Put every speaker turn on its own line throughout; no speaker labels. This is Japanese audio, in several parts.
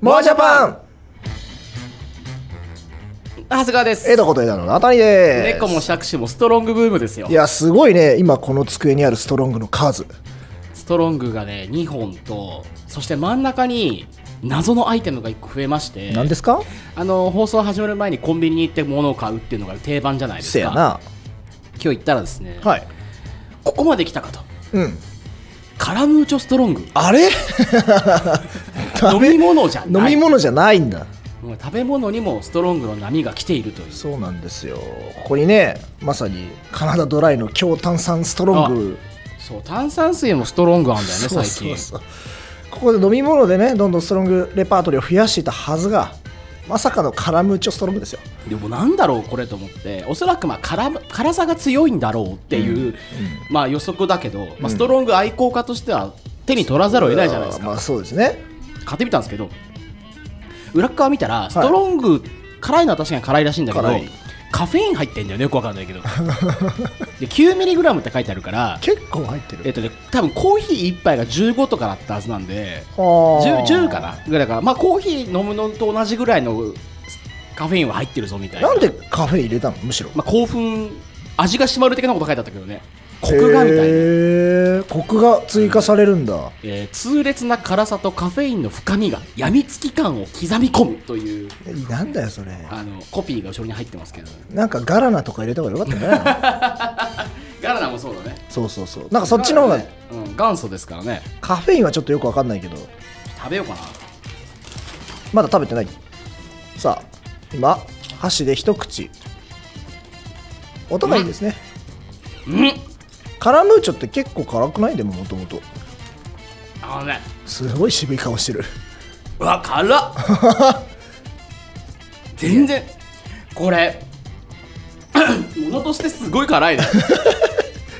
モアジャパン
長谷川です
枝こと枝野のあたりです
猫も杓子もストロングブームですよ
いやすごいね今この机にあるストロングの数
ストロングがね2本とそして真ん中に謎のアイテムが1個増えまして
何ですか
あの放送始まる前にコンビニに行って物を買うっていうのが定番じゃないです
せや
か
な
今日行ったらですね、
はい
ここまで来たかと
うん
カラムーチョストロング
あ れ
飲み物じゃ
飲
ない
み物じゃないんだ
もう食べ物にもストロングの波が来ているという
そうなんですよここにねまさにカナダドライの強炭酸ストロング
そう炭酸水もストロングなんだよね
そう
最
そ
近
うそうここで飲み物でねどんどんストロングレパートリーを増やしていたはずがまさかのカラムーチョストロングですよ
でもなんだろうこれと思っておそらくまあ辛辛さが強いんだろうっていう、まあ予測だけど、まあ、ストロング愛好家としては手に取らざるを得ないじゃないですか、
まあそうですね
買ってみたんですけど裏っ側見たらストロング、辛いのは確かに辛いらしいんだけど
辛い
カフェイン入ってんだよねよくわかんないけど で 9mg って書いてあるから
結構入って
え
る
っとね多分コーヒー1杯が15とかだったはずなんで
あー
10, 10かなぐらいだからまあコーヒー飲むのと同じぐらいのカフェインは入ってるぞみたいな
なんでカフェイン入れたのむしろ
まあ、興奮味が締まる的なこと書いてあったけどねコクがみたいな、
へ
え
ーコクが追加されるんだ
ー痛烈な辛さとカフェインの深みがやみつき感を刻み込むという
えなんだよそれ
あのコピーが後ろに入ってますけど
なんかガラナとか入れた方がよかったんじゃない の
ガラナもそうだね
そうそうそうなんかそっちの方が
ガラナねうん、元祖ですからね
カフェインはちょっとよくわかんないけど
食べようかな
まだ食べてないさあ今箸で一口音がいいですね
うん
カラムーチョって結構辛くないでももともと
あのね
すごい渋い顔してる
うわ辛っ全然これ 物としてすごい辛いね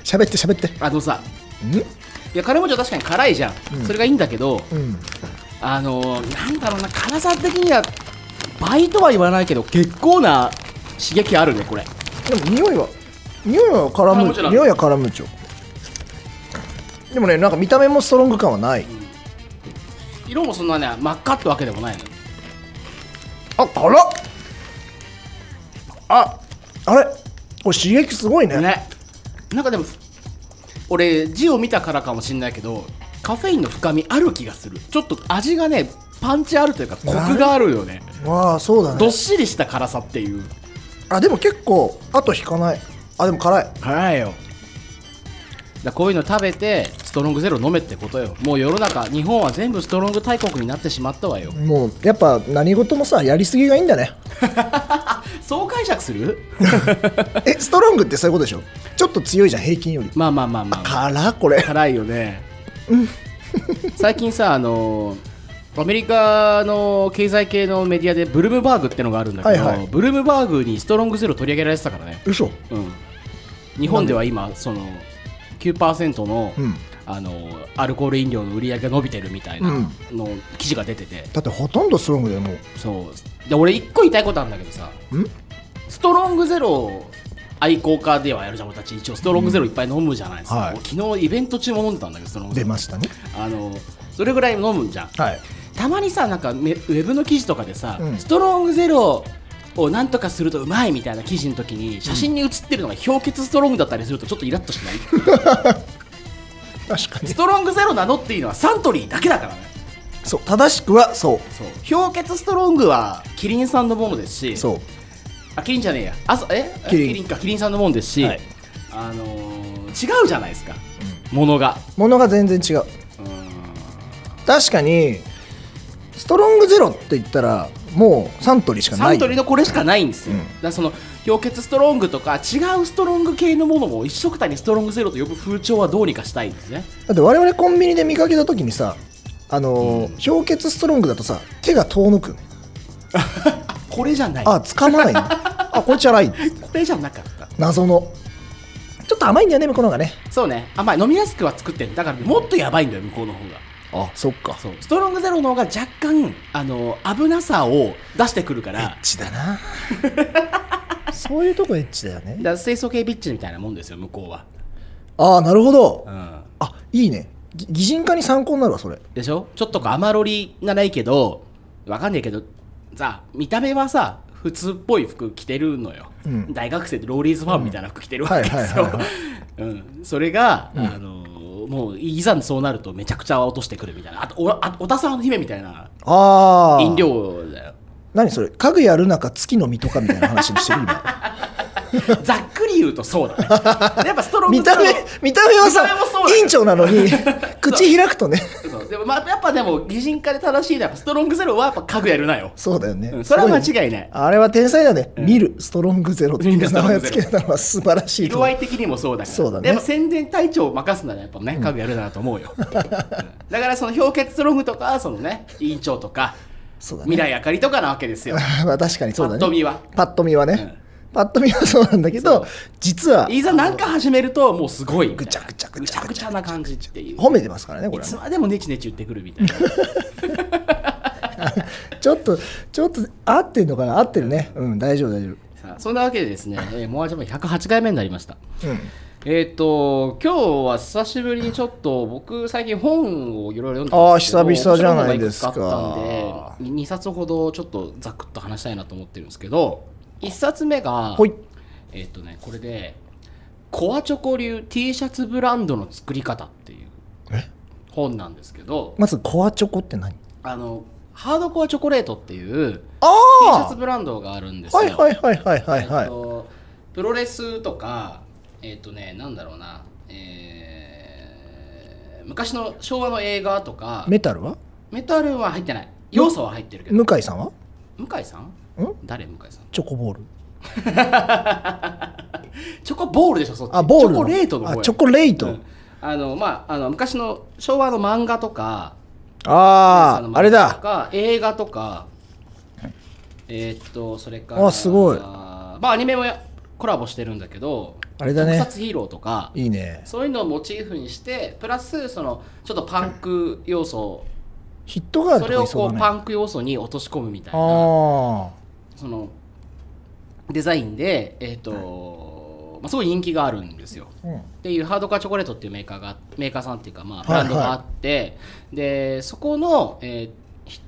喋って喋って
あのさ
ん
いや辛いもんじゃ確かに辛いじゃん、それがいいんだけど、
うん
あのーなんだろうな、辛さ的には倍とは言わないけど、結構な刺激あるね、これ。
でも匂いは匂いはカラム
カラムーチョなんだ
匂いはカラムーチョでもねなんか見た目もストロング感はない、
色もそんなね、真っ赤ってわけでもないの。
あ辛っああれこれ刺激すごいね
ね。なんかでも、俺、字を見たからかもしんないけど、カフェインの深みある気がする。ちょっと味がね、パンチあるというか、コクがあるよね。
わあそうだ
ど
ね
っしりした辛さっていう。
あでも結構後引かないあでも辛い
辛いよ。だこういうの食べて、ストロングゼロ飲めってことよ。もう世の中、日本は全部ストロング大国になってしまった わよ。
もうやっぱ何事もさやりすぎがいいんだね
そう解釈す る
えストロングってそういうことでしょちょっと強いじゃん平均より
まあまあまあまあ、
辛っこれ
辛いよね最近さあのアメリカの経済系のメディアでブルームバーグってのがあるんだけど、
はいはい
ブルームバーグにストロングゼロ取り上げられてたからね、
嘘
うん、日本では今その9%の,、
うん
あのアルコール飲料の売り上げが伸びてるみたいなの記事が出てて、
だってほとんどストロングだよもう
そうで俺一個言いたいことあるんだけどさ
ん
ストロングゼロ愛好家ではやるじゃん俺たち一応ストロングゼロいっぱい飲むじゃないですか、
はい
俺昨日イベント中も飲んでたんだけどストロングゼ
出
ロ
ましたね
あのそれぐらい飲むんじゃん
はい
たまにさなんかめウェブの記事とかでさ、
うん
ストロングゼロをなんとかするとうまいみたいな記事の時に写真に写ってるのが氷結ストロングだったりするとちょっとイラッとし ない
確かに
ストロングゼロなのっていうのはサントリーだけだからね
そう正しくはそ
そう氷結ストロングはキリンさんのものです
う
し
そう
あキリンじゃねえやあそええ
キリン
かキリンさんのもんですし、
はい
あのー違うじゃないですか、ものが
ものが全然違う確かにストロングゼロって言ったらもうサントリーしか
サ
な
ン
い
トリーのこれしかないんですよ、
うん
だからその氷結ストロングとか違うストロング系のものも一緒くたにストロングゼロと呼ぶ風潮はどうにかしたいんですね
だって我々コンビニで見かけた時にさあのー氷結ストロングだとさ手が遠のくね
これじゃない
あつかま ないのあこれじゃない
これじゃなかった
謎のちょっと甘いんだよね向こうの方がね
そうね甘い飲みやすくは作ってるだからもっとやばいんだよ向こうの方が
あそっか
そうストロングゼロの方が若干あのー危なさを出してくるか
エ
ら
ッチだなそういうとこエッチだよね
だから清楚系ビッチみたいなもんですよ向こうは、
ああなるほど
うん、
あいいねぎ擬人化に参考になるわそれ
でしょちょっとこう甘ロリがないけどわかんないけどさ見た目はさ普通っぽい服着てるのよ、
うん
大学生でローリーズファンみたいな服着てるわけです
うんは
よ
いはいはい
うんそれが、あのもういざそうなるとめちゃくちゃ落としてくるみたいなあとおあ小田さん姫みたいな
ああ
飲料だよ
何それ家具やる中月の実とかみたいな話にしてる今
ざっくり言うとそ うだねやっぱス トロング
見た目見た目はさ
見た目もそうだよ
院長なの に口開くとね
そうでもまあやっぱでも擬人化で正しいのはやっぱストロングゼロはやっぱ家具やるなよ、
そうだよね、
うんそれは
すごいね
間違いない
あれは天才だね、見るストロングゼロってい
見る
う
ス
名
トロ
前
ング
を
ゼ
つ
ロ
けたのは素晴らしいと
色
思
合
う
い的にもそうだから
そうだね
でも宣伝隊長を任すならやっぱね家具やるなと思うよ、うんだからその氷結ストロングとかそのね委員長とか、
そうだ
未
ね
来あかりとかなわけですよ
まあ確かにそうだね
パッと見は
パッと見はね、パッと見はそうなんだけ
そ
ど
う
実はい
ざなんか始めるともうすごいみたいな
ぐちゃぐちゃぐちゃぐちゃ
ぐちゃな感じっていう
褒めてますからねこ
い
れは
つ
ね
までもネチネチ言ってくるみたいな
ちょっとちょっと合ってるのかな合ってるねうん大丈夫大丈
さあそんなわけでですね、えー、モアジャム108回目になりました
夫うん
えっ、と今日は久しぶりにちょっと僕最近本をいろいろ読
あ
んでた
ー
んですけど
久々じゃないですか
面白いのがいくつあったんで2冊ほどちょっとざくっと話したいなと思ってるんですけど1冊目が
ほい
えっ、とねこれでコアチョコ流 T シャツブランドの作り方っていう本なんですけど
まずコアチョコって何
あのハードコアチョコレートっていう T
あ
シ
あ
ャツブランドがあるんですよ
はいはいはいはいはいは
えっ
い
とプロレスとかえっとねなんだろうな、えー昔の昭和の映画とかメ
メタルは
タルは入ってない要素は入ってるけど
向井さんは
向井さん誰向井さん
チョコボール
チョコボールでしょそっち
あボール
チョコレートの方
あチョコレート、
うんあのまああの昔の昭和の漫画とか
あ
の漫
あ
画
あれ
と
だ
か映画とかえーっとそれから
あすごい
まあアニメもやコラボしてるんだけど
あれだね
特撮ヒーローとか
いいね
そういうのをモチーフにしてプラスそのちょっとパンク要素、
ヒットガール
そ
と
れ
か
を
いそ
こ
うだ
う
ね
パンク要素に落とし込むみたいな
あ
そのデザインで、えーとまあ、すごい人気があるんですよ。
あ、うん、
っていうハードカーチョコレートっていうメーカーがメーカーさんっていうかまあブ
はいは
ラ
い
ンドがあって、でそこの、えーひ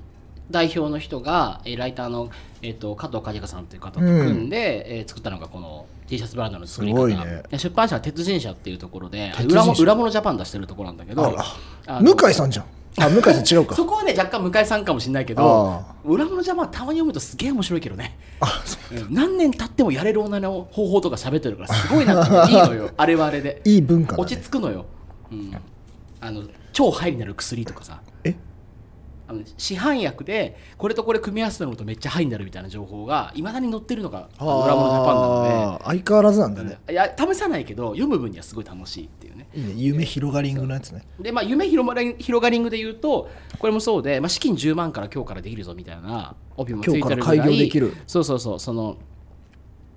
代表の人がえーライターの、えー、と加藤景香さんという方と組んで、えー作ったのがこの T シャツブランドの作り
す
方、
ごいね
で出版社は鉄人社っていうところで
鉄人社
裏も裏物ジャパン出してるところなんだけど
あら
あの
向井さんじゃんあ向井さん違うか
そこはね若干向井さんかもしれないけど
あ
裏物ジャパンたまに読むとすげえ面白いけどね
あそう
うん何年経ってもやれる女の方法とか喋ってるからすごいなんかねいい のよあれはあれで
いい文化だ、ね、
落ち着くのよ、うん、あの超ハイになる薬とかさ
え
あの市販薬でこれとこれ組み合わせたのとめっちゃハイになるみたいな情報がいまだに載ってるのがあの裏物ジャパンなの
あー相変わらずなんだ
で、
ね、
いや試さないけど読む分にはすごい楽しいっていうね
いいね夢広がりングのやつね
でまあ夢広まり広がりングで言うとこれもそうで、まあ、資金10万から今日からできるぞみたいな帯もついてるぐらい
今日から開業できる
そうそうそうその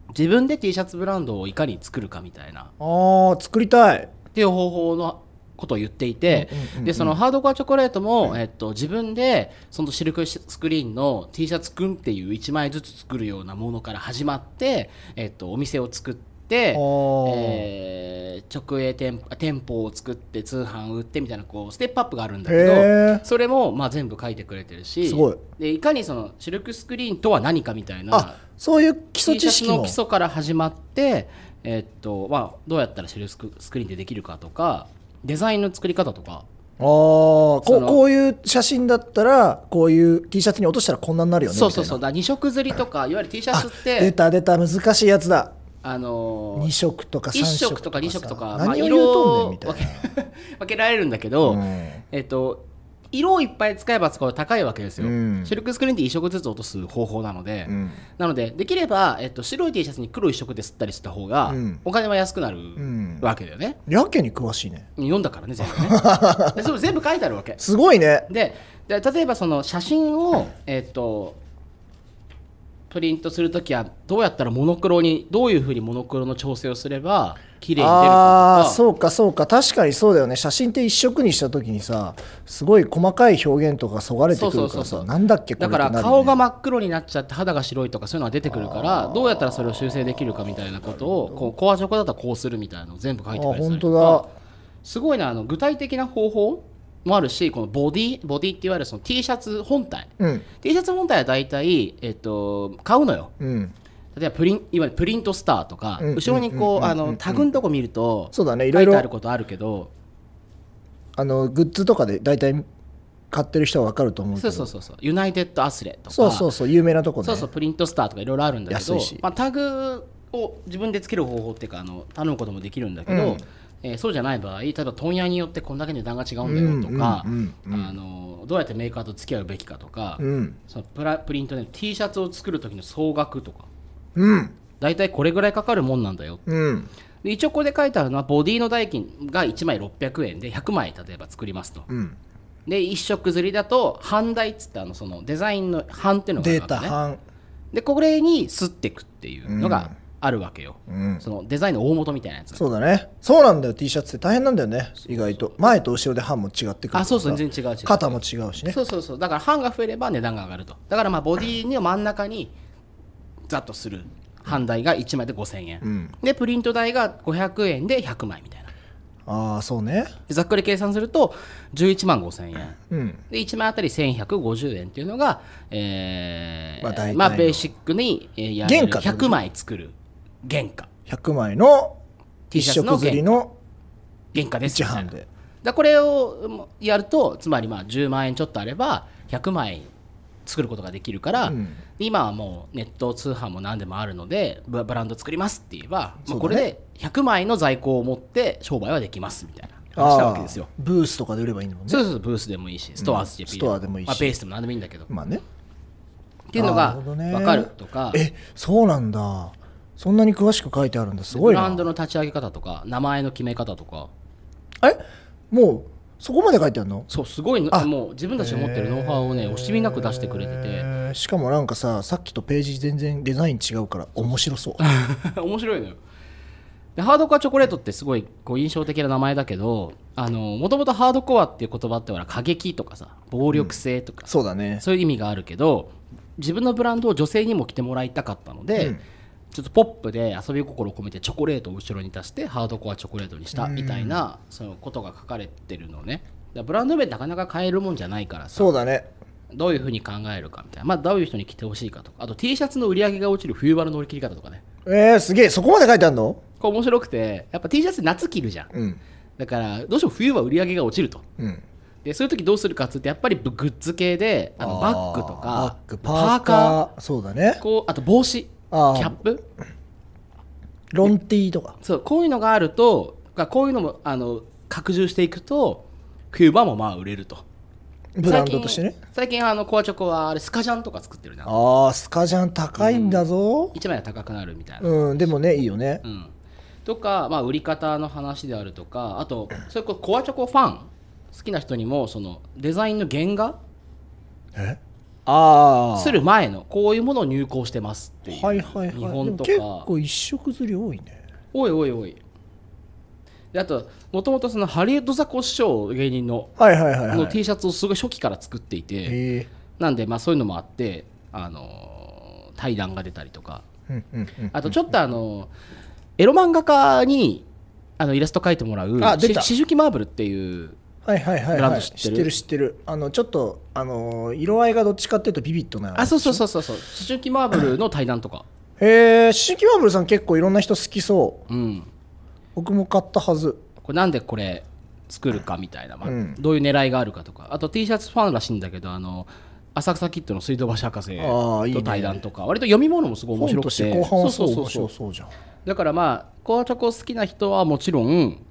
自分で T シャツブランドをいかに作るかみたいな
あー作りたい
っていう方法のことを言っていて、
うんうんうんうん
でそのハードコアチョコレートも、えっと、自分でそのシルクスクリーンの T シャツくんっていう1枚ずつ作るようなものから始まって、えっと、お店を作って、
おー
えー直営店店舗を作って通販売ってみたいなこうステップアップがあるんだけ
へ
どそれも、まあ、全部書いてくれてるし
すごい
でいかにそのシルクスクリーンとは何かみたいな
あそういう基礎
T シ
知
ャツ
識
の
も
基礎から始まって、えっとまあ、どうやったらシルクスクリーンでできるかとかデザインの作り方とか、
ああこ
そうの
こういう写真だったらこういう T シャツに落としたらこんなになるよね
そうそうそう
み
だ2色刷りとかいわゆる T シャ
たい
ツ
な
っ
あ出
て
た出た難しいやつだ
あの
2
ー
色とか3
1
色
色とか2色と
さ
か、まあ、
何を言う
色
とんね
を
んみ
分
たい
け 分けられるんだけど、
な
えっと色をいっぱい使えば使うほど高いわけですよ、
うん
シルクスクリーンって1色ずつ落とす方法なので、
うん、うん
なのでできれば、えっと、白い T シャツに黒1色で吸ったりした方が、
うん
お金は安くなる
ん
わけだよね、
やけに詳しいね
読んだからね全部 ねでそれ全部書いてあるわけ
すごいね
でで例えばその写真をえっ、とプリントするときはどうやったらモノクロにどういうふうにモノクロの調整をすれば綺麗に出る
ああー
かとか
そうかそうか確かにそうだよね写真って一色にした時にさすごい細かい表現とかそがれてくる
そ
か
うそう
ら
そうそ
さ
う
なんだっけこれっ
だ
て
か
なるよ
ら
ね
顔が真っ黒になっちゃって肌が白いとかそういうのが出てくるからどうやったらそれを修正できるかみたいなことをこうコアチョコだったらこうするみたいなのを全部書いてくれてたりとか
あ本当だ
すごいなあの具体的な方法もあるしこのボディボディっていわゆるその T シャツ本体
うん
T シャツ本体は大体、えっと、買うのよ
うん
例えばプリンいわゆるプリントスターとか、
うん
後ろに
うんう
こ
ん
うあ
うんう
の
ん
タグのとこ見ると
そうだねいろ
書
い
いて
ろ
あることあるけど
あのグッズとかで大体買ってる人は分かると思うけ
そ
ど
うそうそうそうユナイテッドアスレとか
そうそうそう有名なとこね
そうそうプリントスターとかいろいろあるんだけど
安いし、
まあ、タグを自分でつける方法っていうかあの頼むこともできるんだけど、
うん
えーそうじゃない場合例えば問屋によってこんだけ値段が違うんだよとか、
うんうんうんうん
あのどうやってメーカーと付き合うべきかとか、
うん
そのプラプリントで T シャツを作る時の総額とか
うん
大体これぐらいかかるもんなんだよ
うん
で一応ここで書いてあるのはボディの代金が1枚600円で100枚例えば作りますと
うん
で1色刷りだと半台っつってあのそのデザインの半っていうのがあ
デー
るわ
タ
けね
半
でこれにすってくっていうのがあるわけよ、
うん
そのデザインの大元みたいなやつ
そうだねそうなんだよ T シャツって大変なんだよね意外と前と後ろで半も違ってくる
あそうそう
から
全然違う違う
肩も違うしね
そうそうそうだから版が増えれば値段が上がるとだからまあボディの真ん中にざっとする版代が1枚で5000円、
うん
でプリント代が500円で100枚みたいな
ああそうね
でざっくり計算すると11万5000円
うん
で1枚あたり1150円っていうのが、えー
まあ大体の
まあ、ベーシックに、えーやれる
原価ってこと
100枚作る原価
100枚の
T
一
シャツ
色
の原価
刷りの
原価です
1
みたい
半
な
で
だこれをうんやるとつまりまあ10万円ちょっとあれば100枚作ることができるから、
うん
今はもうネット通販も何でもあるのでブブランド作りますって言えば、ま
そうだ
あ、
ね
これで100枚の在庫を持って商売はできますみたいな話な
あ
わけです
ー
よ。
ブースとかで売ればいいのもんね
そうそうそうブースでもいいしストアーズ JP
ストアでもいいし
まあ、ベースでも何でもいいんだけど、
まあね
っていうの
な
が
るほどね
分かるとか
えそうなんだそんなに詳しく書いてあるんだすご
ブ
い
ラ
な
ンドの立ち上げ方とか名前の決め方とか
えもうそこまで書いてあるの
そうすごいの
あ
もう自分たちの持ってるノウハウをね惜しみなく出してくれてて
えーしかもなんかささっきとページ全然デザイン違うから面白そう
面白いのよでハードコアチョコレートってすごいこう印象的な名前だけどもともとハードコアっていう言葉ってほら過激とかさ暴力性とか、
そうだね
そういう意味があるけど自分のブランドを女性にも着てもらいたかったので、
うん
ちょっとポップで遊び心を込めてチョコレートを後ろに足してハードコアチョコレートにしたみたいな、そのことが書かれてるのねだからブランド名なかなか変えるもんじゃないからさ
そうだね
どういうふうに考えるかみたいな、まあ、どういう人に着てほしいかとかあと T シャツの売り上げが落ちる冬場の乗り切り方とかね
えー、すげえそこまで書いてあるの
これ面白くてやっぱ T シャツ夏着るじゃん
うん
だからどうしても冬は売り上げが落ちると
うん
でそういう時どうするかっつってやっぱりグッズ系であのバッグとか
バッグパーカーそうだね
こうあと帽子キ
あー
ャップ
ロンティーとか
そうこういうのがあるとがこういうのもあの拡充していくと冬場もまあ売れると
ブランドとしてね
最近最近あのコアチョコはあれスカジャンとか作ってるな
あースカジャン高いんだぞ
1枚は高くなるみたいな
うん、でもねいいよね
うん、とか、まあ、売り方の話であるとかあとそれこそコアチョコファン好きな人にもそのデザインの原画
えああ
する前のこういうものを入稿してますっていう、
はいはいはい
日本と
でも結
か
構一色ずり多いね
おいおいおいであともともとそのハリウッドザコシショウ芸人の
はいはいはいは
の
い
T シャツをすごい初期から作っていて、
へえ
なんでまあそういうのもあって、あのー対談が出たりとか
うんうんうん
あとちょっとあのエロ漫画家にあのイラスト描いてもらう
あ出た
ししじきマーブルっていう
はいはいはい、
ブラン
はい、
ド知っ
知って
てる
る知ってるあのちょっとあのー色合いがどっちかっていうとビビッドな
あそうそうそうそうそうしじきマーブルの対談とか
へえシンキマブルさん結構いろんな人好きそう
うん
僕も買ったはず
これなんでこれ作るかみたいな、まあ
うん
どういう狙いがあるかとかあと T シャツファンらしいんだけどあの浅草キッドの水道橋博士
あーいいね
と対談とか割と読み物もすごい面
本
白
と
く
してて後半はそ
そ
うう
そう
面
そう
白
そう
そうじゃん
だからまあ紅茶粉好きな人はもちろん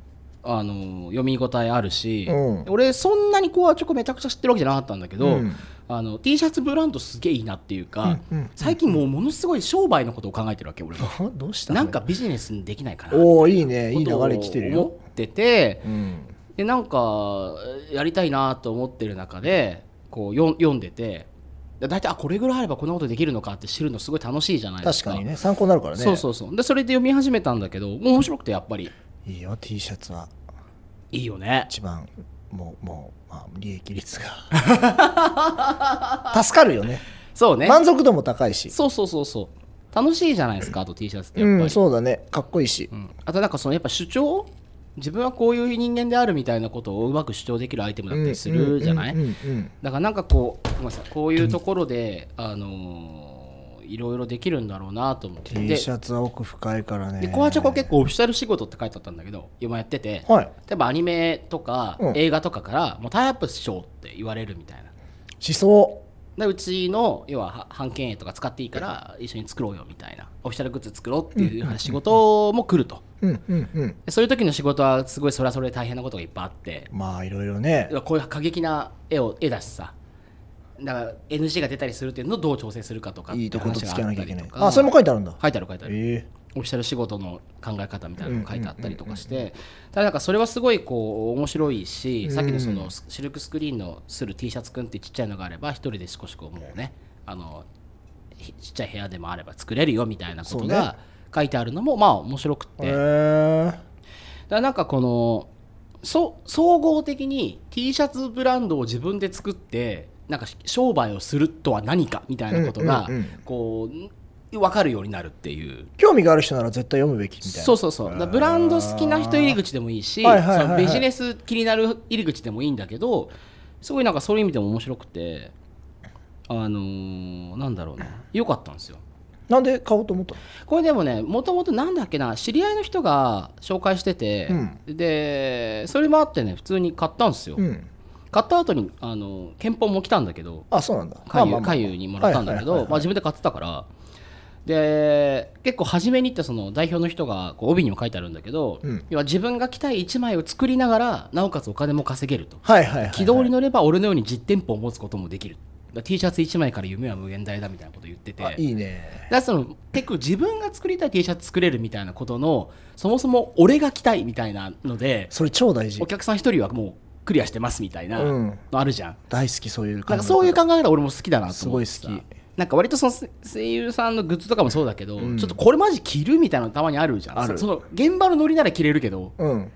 あの読み応えあるし、
うん
俺そんなにコアチョコめちゃくちゃ知ってるわけじゃなかったんだけど、
うん
あの T シャツブランドすげえいいなっていうか、
うんうん
最近もうものすごい商売のことを考えてるわけ俺も
あどう した
なんかビジネスにできないかな
おおいいねいい
こと
流
を
れ来てる
思
よ、
ってて
うん、
でなんかやりたいなと思ってる中でこうよん読んでてだ大体あこれぐらいあればこんなことできるのかって知るのすごい楽しいじゃないです
確
か
かにね参考になるからね
そうそうそうでそれで読み始めたんだけどもう面白くてやっぱり
いいよ T シャツはい
いよね
一番もうもう、まあ、利益率 が助かるよね
そうね
満足度も高いし
そうそうそうそう楽しいじゃないですかあと T シャツってやっぱり、
うんそうだねかっこいいし、
うんあとなんかそのやっぱ主張自分はこういう人間であるみたいなことをうまく主張できるアイテムだったりするじゃない
うんうんうんうん
だからなんかこうごめんなさいこういうところで、あのーいろいろできるんだろうなと思って
T
で
シャツは奥深いからね
でコアチョコ結構オフィシャル仕事って書いてあったんだけど今やってて、
はい
例えばアニメとか
うん
映画とかからもうタイアップしようって言われるみたいな
しそ
でうちの要はは版権絵とか使っていいから一緒に作ろうよみたいなオフィシャルグッズ作ろうっていう仕事も来ると
ううんうんうん
でそういう時の仕事はすごいそれはそれで大変なことがいっぱいあって
まあいろいろね
こういう過激な絵を絵だしさだから NG が出たりするっていうのをどう調整するかとかって
いいとこと
話
付
が
き合わなき
あった
ゃいけ
り
な
と
い
か
あそれも書いてあるんだ
書いてある書いてある
え
オフィシャル仕事の考え方みたいなのが書いてあったりとかしてただなんかそれはすごいこう面白いしさっきのそのシルクスクリーンのする T シャツくんってちっちゃいのがあれば一人でしこしこもうねあのひちっちゃい部屋でもあれば作れるよみたいなこと
そうね
が書いてあるのもまあ面白く
え
てだか
へ
らなんかこのそ総合的に T シャツブランドを自分で作ってなんか商売をするとは何かみたいなことが
うんうんうん
こう分かるようになるっていう
興味がある人なら絶対読むべきみたいな
そうそうそうだからブランド好きな人入り口でもいいし、
はいはいはいはい
そのビジネス気になる入り口でもいいんだけどすごいなんかそういう意味でも面白くてあのーなんだろうな良かったんですよ
なんで買おうと思ったの
これでもねもともとなんだっけな知り合いの人が紹介してて、でそれもあってね普通に買ったんですよ、
うん
買った後にあの憲法も来たんだけど
あそうなんだ
海
まあ
遊
まあまあ
海遊にもらったんだけど、
はいはいはい
まあ、自分で買ってたからで結構初めに言ったその代表の人がこう帯にも書いてあるんだけど、
うん
要は自分が着たい1枚を作りながらなおかつお金も稼げると
はいはいはいはい
軌道に乗れば俺のように実店舗を持つこともできるだ T シャツ1枚から夢は無限大だみたいなこと言ってて
あいいね
だからその結構自分が作りたい T シャツ作れるみたいなことのそもそも俺が着たいみたいなので
それ超大事
お客さん1人はもうクリアしてますみたいな
うん
のあるじゃん
大好きそういう
な
感
んか
じ
そういう考え方俺も好きだなと思って
すごい好き
なんか割とそのせ声優さんのグッズとかもそうだけど、ちょっとこれマジ着るみたいなのたまにあるじゃん
ある
その現場のノリなら着れるけど
うん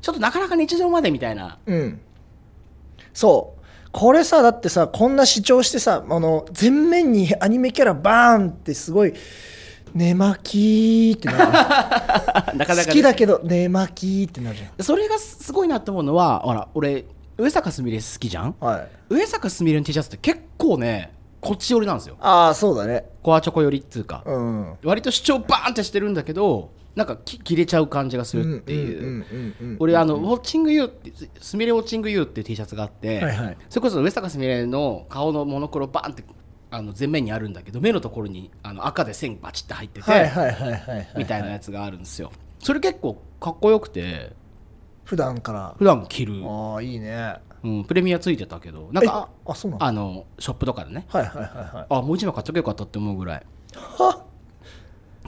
ちょっとなかなか日常までみたいな
うんそうこれさだってさこんな主張してさあの全面にアニメキャラバーンってすごい寝巻き ってなる
あなかなかね
好きだけど寝巻きってなるじゃ
それがすごいなと思うのはほら俺上坂すみれ好きじゃん
んはい
上坂すみれの T シャツって結構ねこっち寄りなんですよ
ああそうだね
コアチョコ寄りっつうか、
うん
割と主張バーンってしてるんだけどなんかき切れちゃう感じがするっていう,、
うんうんうんうん
俺あの、ウォッチングユーってすみれウォッチングユーっていう T シャツがあって、
はいはい
それこそ上坂すみれの顔のモノクロバーンってあの前面にあるんだけど目のところにあの赤で線バチって入ってて、
はいはいはいはいはい
みたいなやつがあるんですよそれ結構かっこよくて
普段から
普段着る、
ああいいね
うん、プレミアついてたけどなんか
えあそうなん
あ
だ
あのショップとかでね
はいはいはいはい
あもう一枚買っとけばよかったって思うぐらい
は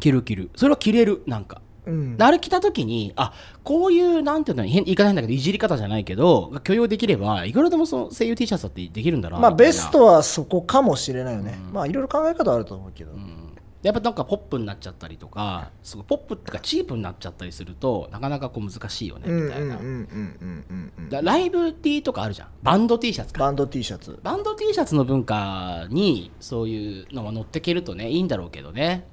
着る着るそれは着れるなんか
うん
であれ着た時にあこういうなんていうの変言い方変だけどいじり方じゃないけどが許容できればいくらでもその声優 T シャツだってできるんだな
まあ
みたい
ベ
な
ストはそこかもしれないよねまあいろいろ考え方あると思うけど
うんやっぱなんかポップになっちゃったりとかすごいポップっていうかチープになっちゃったりするとなかなかこう難しいよねみたいな、
うんうんうん
だライブ T とかあるじゃんバンド T シャツか
バンド T シャツ
バンド T シャツの文化にそういうのが乗ってけるとねいいんだろうけどね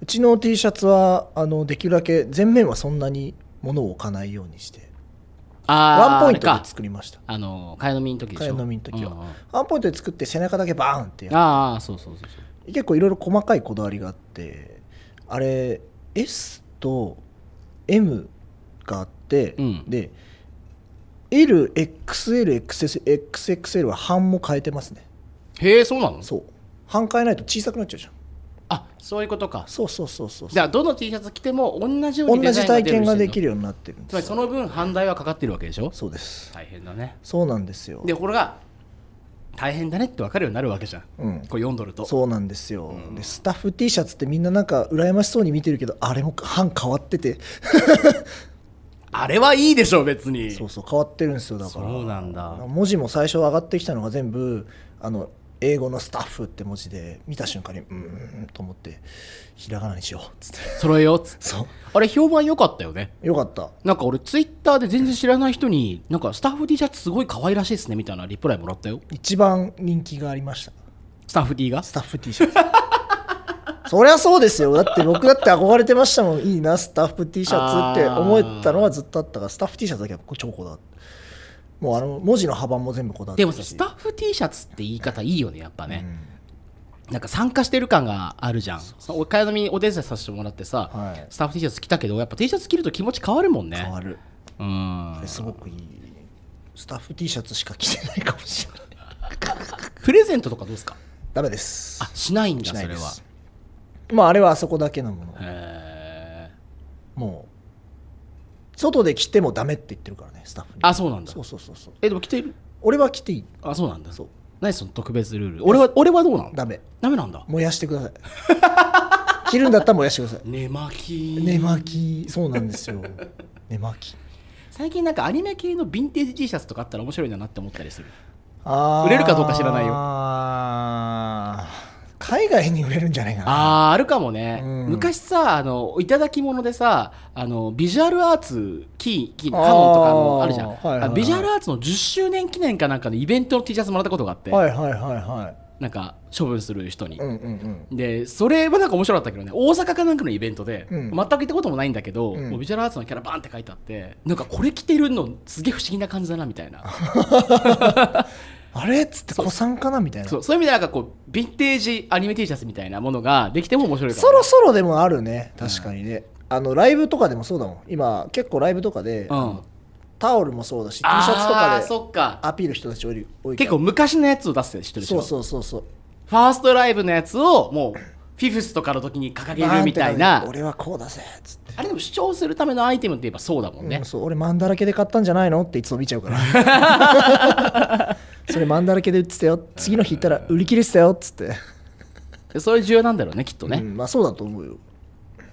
うちの T シャツはあのできるだけ全面はそんなに物を置かないようにして
あー
ワンポイント
あれ
で
か
作りました
あの替え飲みの時でしょ
替え飲みの時は
うんうん
ワンポイントで作って背中だけバーンってやる
ああそうそうそうそう
結構いろいろ細かいこだわりがあってあれ S と M があって、
うん
で LXLXXL は半も変えてますね
へえそうなの
そう半変えないと小さくなっちゃうじゃん
あそういうことか
そうそうそうそう
じゃあどの T シャツ着ても同じよう
同
にデザイ
じ体
ンが出る
験ができ
る
るようになってるんで
つまり
す
その分反対はかかってるわけでしょ
そうです
大変だね
そうなんですよ
でこれが大変だねって分かるようになるわけじゃん、
うん
これ読んどると
そうなんですよ、でスタッフ T シャツってみんななんか羨ましそうに見てるけどあれも半変わってて
あれはいいでしょ別に
そうそう変わってるんですよだから
そうなんだ
文字も最初上がってきたのが全部あの英語のスタッフって文字で見た瞬間にうーんと思ってひらがなにしようっつって
揃えようっつって
そ
あれ評判良かったよね
うよかった
なんか俺ツイッターで全然知らない人になんかスタッフ T シャツすごい可愛らしいですねみたいなリプライもらったよ
一番人気がありました
スタッフ T が
スタッフ T シャツ そりゃそうですよだって僕だって憧れてましたもんいいなスタッフ T シャツって思えたのはずっとあったからスタッフ T シャツだけは超こだわってもうあの文字の幅も全部こだわって
でも
るし
さスタッフ T シャツって言い方いいよねやっぱね、なんか参加してる感があるじゃんそのお買いみお手伝いさせてもらってさ、
はい
スタッフ T シャツ着たけどやっぱ T シャツ着ると気持ち変わるもんね
変わる
うん
すごくいいスタッフ T シャツしか着てないかもしれない
プレゼントとかどうですか
ダメです
あしないんだ
し
そ
ない
れ
で
は
すまああれはあそこだけのもの
へー
もう外で着てもダメって言ってるからねスタッフに
あそうなんだ
そうそうそうそう
えでも着てる
俺は着ていい
あそうなんだ
そう
何その特別ルール俺は俺はどうなの
ダメ
ダメなんだ
燃やしてください 着るんだったら燃やしてくださ
寝巻き
い寝巻きそうなんですよ 寝巻き
最近なんかアニメ系のヴィンテージ T シャツとかあったら面白いなって思ったりする
あー
売れるかどうか知らないよ
あー海外に売れるんじゃないかな
あーあるかもね、
うん
昔さあのいただき物でさあのビジュアルアーツキーキーカノンとかの
あー
あるじゃん、
はいはいはい
あビジュアルアーツの10周年記念かなんかのイベントの T シャツもらったことがあって、
はいはいはいは
なんか処分する人に
い、うんうんうん
でそれはなんか面白かったけどね大阪かなんかのイベントで、
うん
全く行ったこともないんだけど、
うん
もうビジュアルアーツのキャラバンって書いてあってなんかこれ着てるのすげえ不思議な感じだなみたいな
あれっつって子さんかなみたいな
そ
そう
そういう意味ではなんかこうヴィンテージアニメ T シャツみたいなものができても面白いかもね
ろそろでもあるね確かにね、あのライブとかでもそうだもん今結構ライブとかで、
うん、
タオルもそうだし T シャツと
あー
かで
そっか
アピール人たち多い多いか
結
ら
構昔のやつを出す人でし
そ
ょ
うそうそうそう
ファーストライブのやつをもうフィフスとかの時に掲げるみたい
んて
な
かね俺はこうだぜっつって、
あれでも主張するためのアイテムって言えばそうだもんね
うん、そう俺マンだらけで買ったんじゃないのっていつも見ちゃうから それマンだらけで売ってたよ次の日行ったら売り切れてたよっつって、
でそういう重要なんだろうねきっと
う
ね、
ん、まあそうだと思うよ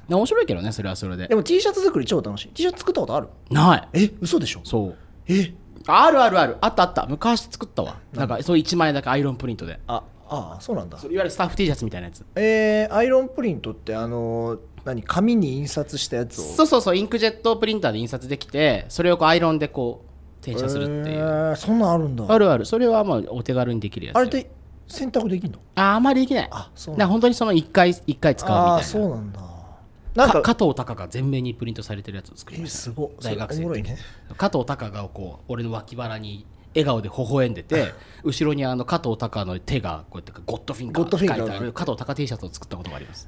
で面白いけどねそれはそれで
でも T シャツ作り超楽しい T シャツ作ったことある
ない
え嘘でしょ
そう
え
あるあるあるあったあった昔作ったわなんかそう1枚だけアイロンプリントで
あああそうなんだ
それいわゆるスタッフ T シャツみたいなやつ
えー、アイロンプリントってあのー何紙に印刷したやつを
そうそうそうインクジェットプリンターで印刷できてそれをこうアイロンでこう転写するっていう、
えーそんなんあるんだ
あるあるそれはまあお手軽にできるやつ
あれって選択できんの
ああんまりできない
あそう
な
なん
か本当にその1回一回使うみたいな
ああーそうなんだなんか
か加藤隆が全面にプリントされてるやつを作
え
りま
ー
した
すごい
大学生
それおも
の
ろ
時
いね
加藤隆がこう俺の脇腹に笑顔で微笑んでて後ろにあの加藤隆の手がこうやってゴッドフィンガーって書いて
ゴッドフィ
あ
ンガ
る
ー
加藤隆 T シャツを作ったことがあります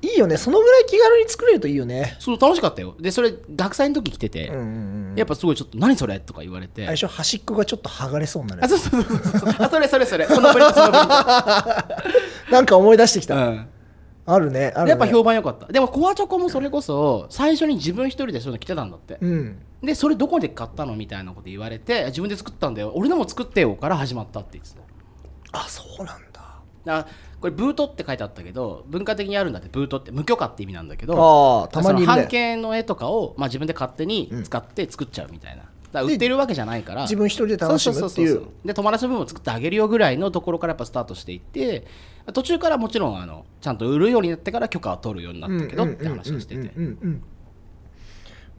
いいよねそのぐらい気軽に作れるといいよね
そう楽しかったよでそれ学祭の時着てて、
うんうんうん
やっぱすごいちょっと「何それ?」とか言われて
最初端っこがちょっと剥がれそうになるや
あ
つ
そうそうそうそう あそれそれそれそのプリントそのプリン ト、
なんか思い出してきた
うん
あるねあるね
やっぱ評判良かったでもコアチョコもそれこそ最初に自分一人でそういうの着てたんだって
うん
でそれどこで買ったのみたいなこと言われて自分で作ったんだよ俺のも作ってよから始まったって言ってた
あそうなんだ
だからこれブートって書いてあったけど文化的にあるんだってブートって無許可って意味なんだけど
ああたまにい
そ
る
の
ね
半径の絵とかを、まあ、自分で勝手に使って作っちゃうみたいな、だから売ってるわけじゃないから
自分一人で楽しむっていう
で友達の分を作ってあげるよぐらいのところからやっぱスタートしていって途中からもちろんあのちゃんと売るようになってから許可を取るようになったけどって話をしてて
うんうんうんうんうん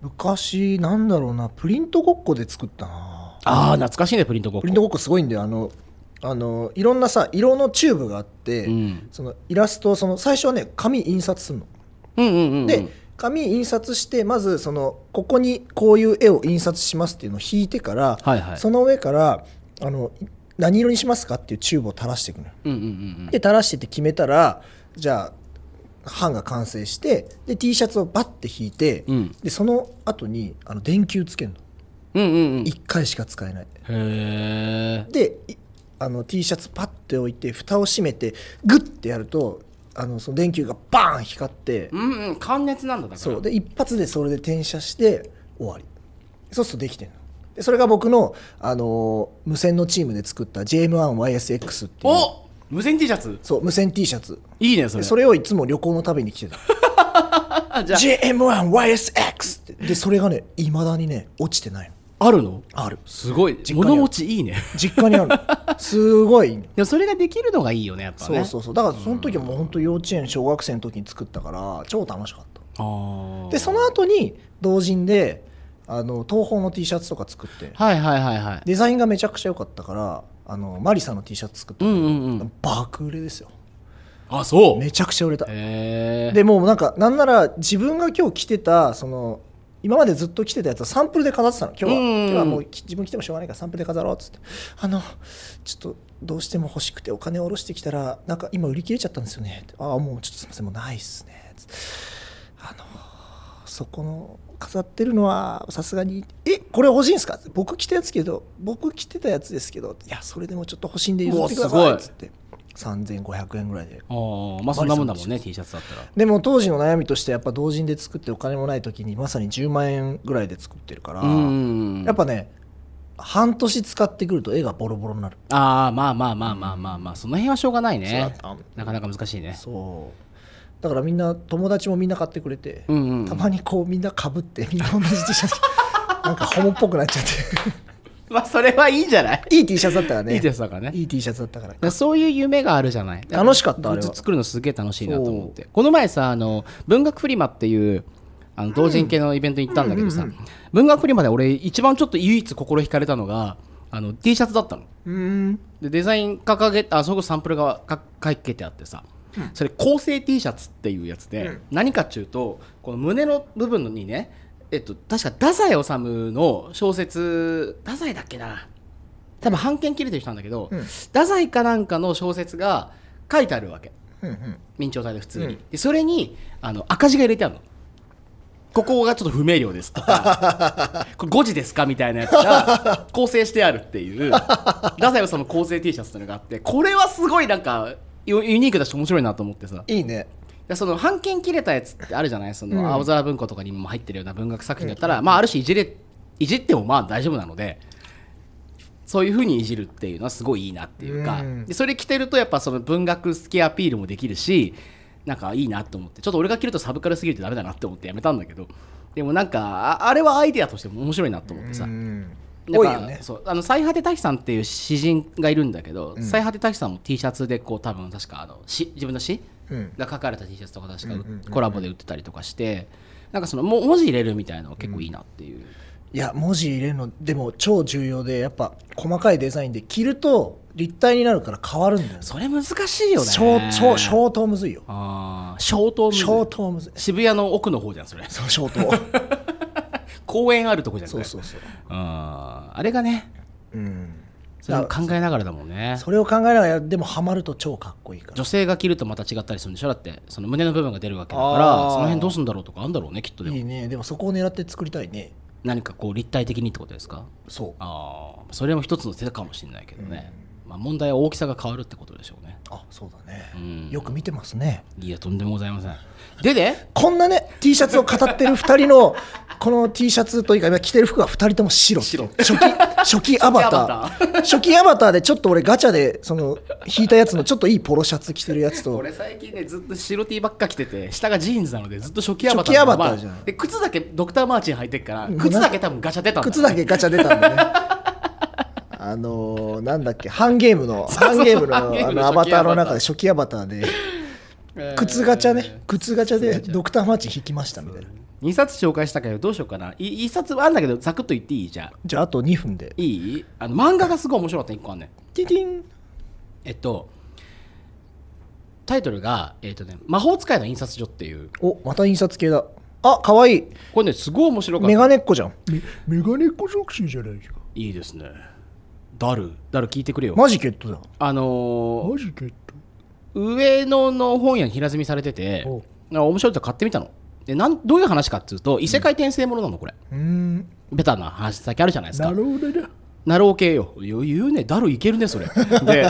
昔なんだろうなプリントごっこで作ったな
ああ懐かしいねプリントごっ
プ
こ
リントごっこすごいんだよあのあのいろんなさ色のチューブがあって、
うん
そのイラストをその最初はね紙印刷するの
うんうんうんうん
で、紙印刷してまずそのここにこういう絵を印刷しますっていうのを引いてから、
はいはい
その上からあの何色にしますかっていうチューブを垂らしていくのよ
うんうんうん
で垂らしてって決めたらじゃあ版が完成してで T シャツをバッて引いて、
うんうん
でその後にあの電球つけるの
うんうんうんへ
1回しか使えない
え
でいあの T シャツパッて置いて蓋を閉めてグッてやるとあのその電球がバーン光って
うんうん感熱なんだだから
そうで一発でそれで転写して終わりそうするとできてるのでそれが僕の、あのー無線のチームで作った JM1YSX っていう
お無線 T シャツ
そう無線 T シャツ
いいね
で
それ
それをいつも旅行のたびに着てた
あ じゃ
JM1YSX ってでそれがねいまだにね落ちてないの
ああるの
ある
すごい
家にある
物持ちいいね
実家にあるのすごい
でもそれができるのがいいよねやっぱ
そ
ね
うそうそうだからその時はもう本当幼稚園小学生の時に作ったから超楽しかった
ああ
でその後に同人であの東宝の T シャツとか作って
はいはいはいはい
デザインがめちゃくちゃ良かったからあのマリさんの T シャツ作った
うんうんうん
爆売れですよ
あそう
めちゃくちゃ売れた
へえ
でもうなんかなんなら自分が今日着てたその今までずっと着てたやつはサンプルで飾ってたの今日は
うん
今日はもうき自分着てもしょうがないからサンプルで飾ろうっつってあのちょっとどうしても欲しくてお金を下ろしてきたらなんか今売り切れちゃったんですよねってああもうちょっとすいませんもうないっすねつってあのそこの飾ってるのはさすがに「えこれ欲しいんですか?」って僕着たやつけど僕着てたやつですけどいやそれでもちょっと欲しいんで譲ってくだ
う
さい
わ
っ
す
つって3500円ぐらいで
あーまあそんなもんだもんね T シャツだったら
でも当時の悩みとしてやっぱ同人で作ってお金もない時にまさに10万円ぐらいで作ってるから、
うん
やっぱね半年使ってくると絵がボロボロになる、
ああまあまあまあまあまあまあその辺はしょうがない
そうだっ
ね
たん
なかなか難しいね
そうだからみんな友達もみんな買ってくれて、
うんうんうん
たまにこうみんなかぶってみんな同じ T シャ ツなんかホモっぽくなっちゃっ
まあそれはいいじゃない
て いい T シャツだったからね
いいですからね
いい T シャツだったから
だからそういう夢があるじゃない
楽しかったあれは
グッズ作るのすげえ楽しいなと思ってこの前さあの文学フリマっていうあの同人系のイベントに行ったんだけどさ、文学フリマで俺一番ちょっと唯一心惹かれたのがあの T シャツだったの
うん
でデザイン掲げあそこサンプルがか書けてあってさ、それ構成 T シャツっていうやつで、何かっていうとこの胸の部分にねえっと確か太宰治の小説太宰だっけな多分半券切れてる人なんだけど、
うん
太宰かなんかの小説が書いてあるわけ
うんうん
明朝体で普通に、
うん
でそれにあの赤字が入れてあるのここがちょっと不明瞭ですとか これ5時ですかみたいなやつが構成してあるっていう太宰治の構成 T シャツっていうのがあってこれはすごいなんかユユニークだし面白いなと思ってさ
いいね
でその半券切れたやつってあるじゃないその青空文庫とかにも入ってるような文学作品だったら、まあ、ある種いじれいじってもまあ大丈夫なのでそういうふうにいじるっていうのはすごいいいなっていうか、
うん
でそれ着てるとやっぱその文学好きアピールもできるしなんかいいなと思ってちょっと俺が着るとサブカルすぎるとダメだなって思ってやめたんだけどでもなんかああれはアイデアとしても面白いなと思ってさ、
うん
なん
多い
か
よね
そうあの最果て滝さんっていう詩人がいるんだけど、最果て滝さんも T シャツでこう多分確かあの詩自分の詩
うん
が書かれた T シャツとか確か
うんうんうんうん
コラボで売ってたりとかしてなんかそのも文字入れるみたいなのが結構いいなっていう、
いや文字入れるのでも超重要でやっぱ細かいデザインで着ると立体になるから変わるんだよね
それ難しいよね
超超消灯むずいよ
あー消灯
消灯むずい
渋谷の奥の方じゃんそれ
そう消灯
公園あるとこじゃん
そう
それ
そうそう
あーあれがね
うん
それも考えながらだもんね
それを考えながらでもハマると超かっこいいから
女性が着るとまた違ったりするんでしょだってその胸の部分が出るわけだから
あー
その辺どうするんだろうとかあるんだろうねきっとでも
いいねでもそこを狙って作りたいね
何かこう立体的にってことですか
そう
ああそれも一つの手かもしれないけどね、まあ、問題は大きさが変わるってことでしょうね
あそうだね
うん
よく見てますね
いやとんでもございませんでで
こんなね T シャツを語ってる2人のこの T シャツというか今着てる服は2人とも白っていう初期初期アバター初期アバターでちょっと俺ガチャでその引いたやつのちょっといいポロシャツ着てるやつと
俺最近ねずっと白 T ばっか着てて下がジーンズなのでずっと初期アバ
初
タ
期
ー
ア
のま
バ
ま
ターじゃん
で靴だけドクターマーチン履いてっから
ん
靴だけ多分ガチャ出たんだ
靴だけガチャ出たんでねあのーなんだっけハンゲームのハンゲームの
ハンゲー
あ
ムの
のアバターの中で
初
初期アバターで靴ガチャね靴ガチャでドクターマーチン引きましたみたいな
2冊紹介したけどどうしようかな1冊はあんだけどサクッと言っていいじゃあ
じゃああと2分で
いいあの漫画がすごい面白かった1個あんねん
ティティン
えっとタイトルが、えっとね「魔法使いの印刷所」っていう
おまた印刷系だあ可愛い
これねすごい面白かっ
メ
た
ガネっ子じゃんメガネっ子作詞じゃないですか
いいですねダルダル聞いてくれよ
マジケットだ
あのー
ジケッ
上野の本屋に平積みされてて
おう
なんか面白いと買ってみたのでなんどういう話かっていうと異世界転生ものなのこれ、
うーん
ベタな話先あるじゃないですか
ほどだ
ナロー系よ余裕ねダルいけるねそれ で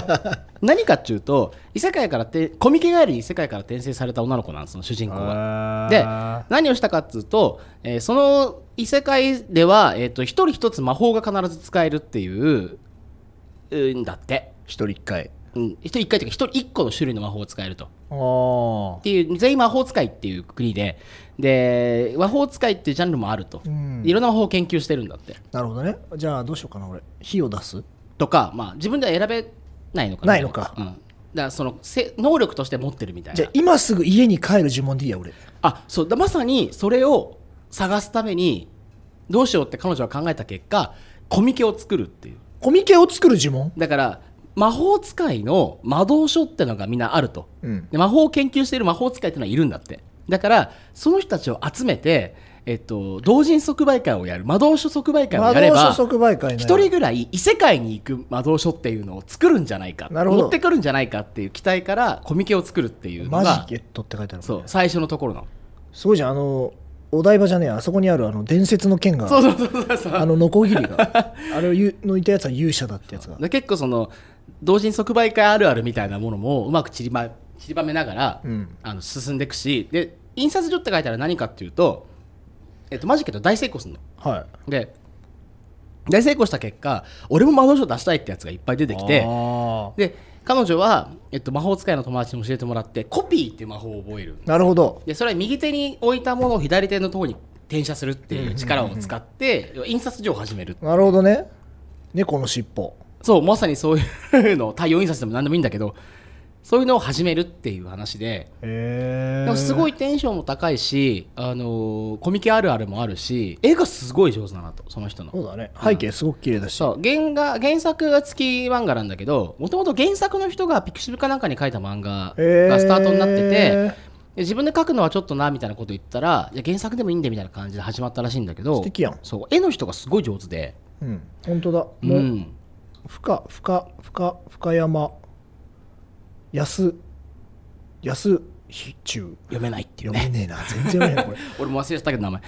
何かっていうと異世界からってコミケ帰りに異世界から転生された女の子なんですその主人公がで何をしたかっつうと、えーその異世界では、えー、と一人一つ魔法が必ず使えるっていううんだって、
一人一回
うん、一人一回というか一人一個の種類の魔法を使えると。
ああ
っていう全員魔法使いっていう国でで魔法使いっていうジャンルもあると、
うん
いろんな魔法を研究してるんだって
なるほどねじゃあどうしようかな俺火を出す
とか、まあ、自分では選べないのかな
ないのか
うん、だからそのせ能力として持ってるみたい
じ
な
ゃあ今すぐ家に帰る呪文でいいや俺
あそうだまさにそれを探すためにどうしようって彼女は考えた結果コミケを作るっていう
コミケを作る呪文
だから魔法使いの魔導書ってのがみんなあると
うん
で魔法を研究している魔法使いってのはいるんだってだからその人たちを集めて、えっと、同人即売会をやる魔導書即売会を
魔
やれ
導書
ば
即売会ね
一人ぐらい異世界に行く魔導書っていうのを作るんじゃないか
なるほど
持ってくるんじゃないかっていう期待からコミケを作るっていうの
マジ
が
ゲットって書いてあるもんね
そう最初のところなの
すごいじゃんあのお台場じゃねえあそこにあるあの伝説の剣が
そうそうそうそうそう
あのノコギリ があれをゆ抜いたやつは勇者だってやつが
で結構その同人即売会あるあるみたいなものもうまく散りば散りばめながら、
うん
あの進んでいくしで印刷所って書いたら何かっていうと、えっと、マジックと大成功するの。
は
で大成功した結果俺も魔導書出したいってやつがいっぱい出
い
てきて
あ
で彼女は、えっと、魔法使いの友達に教えてもらってコピーっていう魔法を覚える
ーなるほど
でそれは右手に置いたものを左手のとこに転写するっていう力を使って、要は印刷所を始める
なるほどね猫の尻尾
そうまさにそういうの太陽印刷でも何でもいいんだけどそういうのを始めるっていう話で
へ
でもすご
い
いテンションも高いし、あのーコミケあるあるもあるし絵がすごい上手だなとその人の
そうだね背景すごく綺麗だし、
そう原画原作が月漫画なんだけどもともと原作の人がピクシブかなんかに書いた漫画がスタートになってて、
へ
で自分で書くのはちょっとなみたいなこと言ったらいや原作でもいいんでみたいな感じで始まったらしいんだけ
ー
ど
素敵やん
そう絵の人がすごい上手で、
うん本当だも
う、
うん深深深深山安安比中
読めないっていう
読
ね
めねえな全然読めないこれ
俺も忘れてたけど名前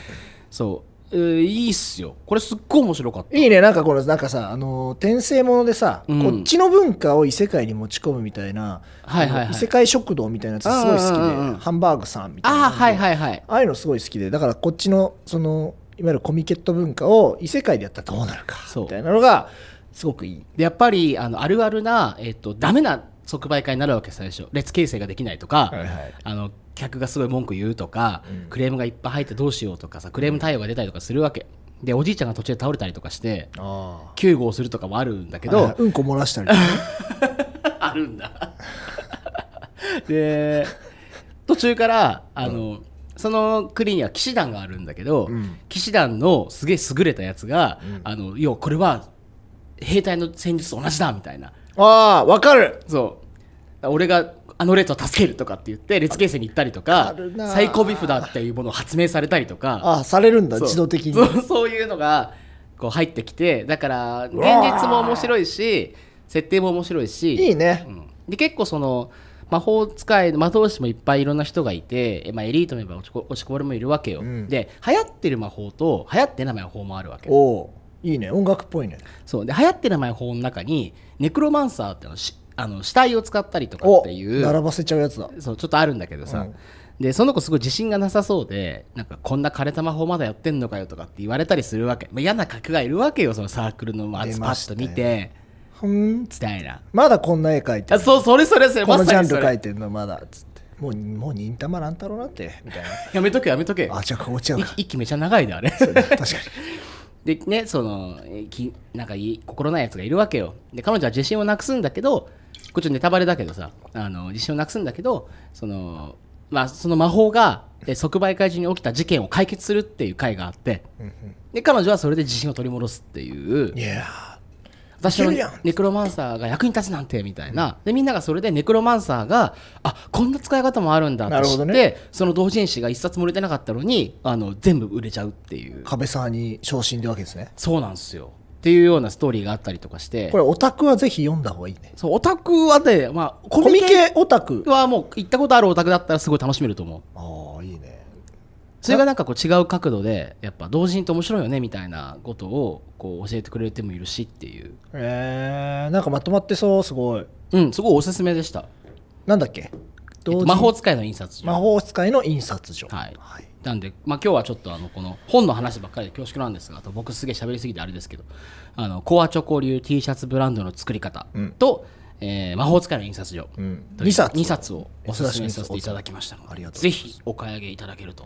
そう、えーいいっすよこれすっごい面白かった
いいねなんかこのなんかさあのー転生ものでさ、
うん
こっちの文化を異世界に持ち込むみたいな、
はいはいはい
あの異世界食堂みたいなやつすごい好きで、
うんうんうん
ハンバーグさんみたいな
ああーはい
い
はいはい
ああいうのすごい好きでだからこっちのそのいわゆるコミケット文化を異世界でやったらどうなるか
そう
みたいなのがすごくいい
でやっぱりあのあるあるな、えっとダメな即売会になるわけ最初列形成ができないとか、
はいはい
あの客がすごい文句言うとか、
うん
クレームがいっぱい入ってどうしようとかさクレーム対応が出たりとかするわけでおじいちゃんが途中で倒れたりとかして
あ
救護をするとかもあるんだけ
け
ど、
どうんこ漏らしたりとかね
あるんだで途中からあの、その国には騎士団があるんだけど、
うん
騎士団のすげえ優れたやつが、
うん
あの要はこれは兵隊の戦術と同じだみたいな
ああわかる
そう俺があの列を助けるとかって言って列形成に行ったりとか
あるなあ
最高尾札っていうものを発明されたりとか
ああされるんだ
そう
自動的に
そうそういうのがこう入ってきてだから現実も面白いし設定も面白いし
いいね
う、んで結構その魔法使いの魔導士もいっぱいいろんな人がいて、えまあ、エリートもいれば落ちこ落ちこぼれもいるわけよ、
うん
で流行ってる魔法と流行ってない魔法もあるわけ
おおいいね音楽っぽいね
そうで流行ってる魔法の中にネクロマンサーってのしあの死体を使ったりとか
お
っていう
並ばせちゃうやつだ
そうちょっとあるんだけどさ、
うん
でその子すごい自信がなさそうでなんかこんな枯れた魔法まだやってんのかよとかって言われたりするわけ、まあ、嫌な客がいるわけよそのサークルの集パッと見て
ふーん
みたいな
まだこんな絵描いて
あ
る
そうそれそれそれ
こ
ま
のジ
さ
ャ
に
ン
そ
ル
れ
描いてるのまだっつってもうもう忍たま乱太郎なんてみたい な
やめとけやめとけ
あじゃあこうちゃう
い
か
息めちゃ長いであれ
確かに
でねそのえきなんかいい心ないやつがいるわけよで彼女は自信をなくすんだけどこれちょっとネタバレだけどさあの自信をなくすんだけどそのまあその魔法がえ即売会中に起きた事件を解決するっていう回があってで彼女はそれで自信を取り戻すっていう
いや
私の
いけるやん
ネクロマンサーが役に立つなんてみたいなでみんながそれでネクロマンサーがあこんな使い方もあるんだ
な
と
る
知
ほ
って、
どね
その同人誌が一冊も売れてなかったのにあの全部売れちゃうっていう
ー壁さんに昇進ってわけですね
そうなんですよっていうようなストーリーがあったりとかして
これオタクはぜひ読んだ方がいいね
そうオタクはね、まあ、コ
コミ
ミケ
ケオタク
はもう行ったことあるオタクだったらすごい楽しめると思う
ああいいね
それがなんかこう違う角度でやっぱ同人って面白いよねみたいなことをこう教えてくれる手もいるしっていう
えー、なんかまとまってそうすごい
うんすごいおすすめでした、
なんだっけ
えっと
同時
魔法使いの印刷所
魔法使いの印刷所
はいなんで、まあ、今日はちょっとあのこの本の話ばっかりで恐縮なんですがあと僕すげえ喋りすぎてあれですけどあのコアチョコ流 T シャツブランドの作り方
うん
と、えー魔法使いの印刷所、
うん、
という
2冊
二冊をおすすめさせていただきましたので
ありがとうござい
ぜ
ます
ひお買い上げいただけると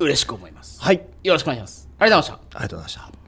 嬉しく思います、
はい
よろしくお願いしますありがとうございました
ありがとうございました